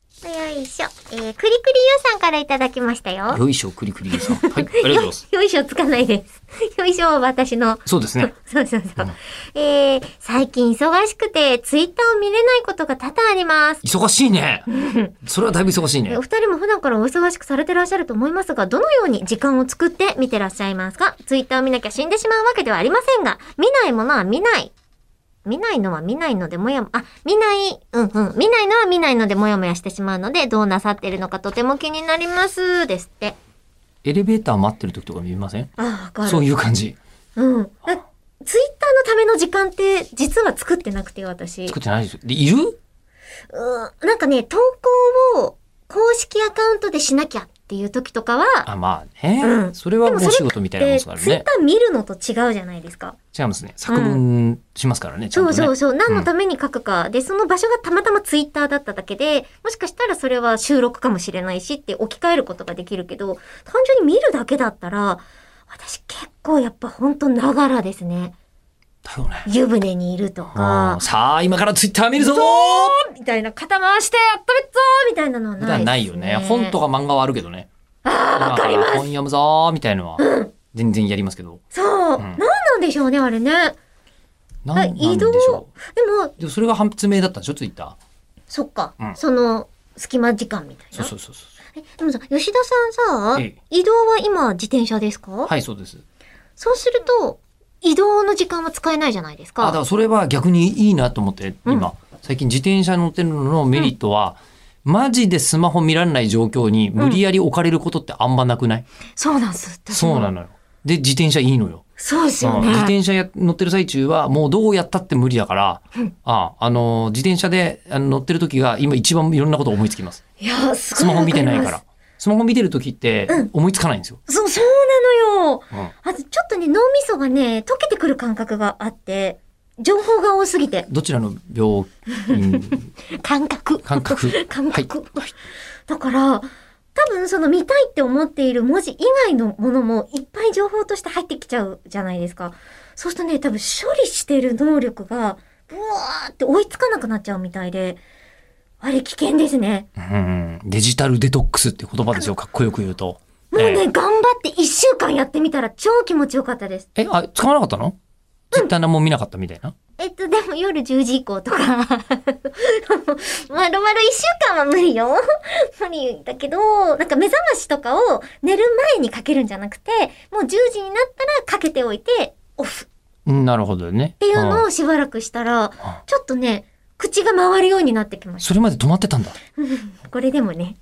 いしょ。えー、くりくりゆさんからいただきましたよ。よいしょ、くりく りさん。はい、ありがとうございます。よいしょつかないです。よ いしょ、私の。そうですね。そうそうそう。えー、最近忙しくて、ツイッターを見れないことが多々あります。忙しいね。それはだいぶ忙しいえねお。二人も普段からお忙しくされてらっしゃると思いますが、どのように時間を作って見てらっしゃいますかツイッターを見なきゃ死んでしまうわけではありませんが、見ないものは見ない。見ないのは見ないのでもやも、あ、見ない、うんうん、見ないのは見ないのでもやもやしてしまうので、どうなさっているのかとても気になります、ですって。エレベーター待ってる時とか見ませんあ、わかる。そういう感じ。うん。だツイッターのための時間って、実は作ってなくて、私。作ってないですよ。で、いるうん。なんかね、投稿を公式アカウントでしなきゃっていう時とかは、あ、まあうんね。それはもう仕事みたいなもんででツすイからッねタ。ー見るのと違うじゃないですか。違いますね。作文しますからね、ちゃんそうとね。そうそう。何のんために書くか。で、その場所がたまたまツイッターだっただけで、もしかしたらそれは収録かもしれないしって置き換えることができるけど、単純に見るだけだったら、私結構やっぱほんとながらですね。だよね。湯船にいるとあかー、さあ、今からツイッター見るぞーみたいな、肩回してやっとるぞみたいなのはないで普す、ね。段ないよね。本とか漫画はあるけどね。ああ、わ今かかりらます。本読むぞーみたいのは、全然やりますけど。そう。んなんなんでしょうね、あれね。なんなんで移し動。でょも、う。でもそれが判別名だったんでしょ、ツイッタそっか。うんその、隙間時間みたいー。な。そうそうそうそう。えでもさ、吉田さんさ、ええ移動は今自転車ですか、はい、そうです。そうすると、移動の時間は使えないじゃないですあ、か。だからそれは逆にいいなと思って、今、最近自転車乗ってるののメリットは、マジでスマホ見られない状況に無理やり置かれることってあんまなくない、そうなんです。私もそうなのよ。で、自転車いいのよ。そうですうよんね。自転車や乗ってる最中はもうどうやったって無理だから、ああのー自転車であの乗ってる時が今一番いろんなこと思いつきますいや、すごいスマホ見てないわかりまらスマホ見てる時って思いつかないんですよ、す。そう、そうなのよ。うんあと、ちょっとね、脳みそがね、溶けてくる感覚があって、情報が多すぎて。どちらの病院 感覚。感覚 感覚はいはいだから、多分その見たいって思っている文字以外のものもいっぱい情報として入ってきちゃうじゃないですか。そうするとね、多分処理してる能力が、ブワーって追いつかなくなっちゃうみたいで、あれ危険ですね。うん、デジタルデトックスっていう言葉ですよかっこよく言うともうね、え頑張って一週間やってみたら超気持ちよかったです。ええあ使わなかったの絶対何も見なかったみたいな、えっと、でも夜10時以降とか、ま るまる一週間は無理よ。 無理だけど、なんか目覚ましとかを寝る前にかけるんじゃなくて、もう10時になったらかけておいて、オフっうんなるほどねっていうのをしばらくしたら、ちょっとね、口が回るようになってきましそれまで止まってたんだた。これでもね、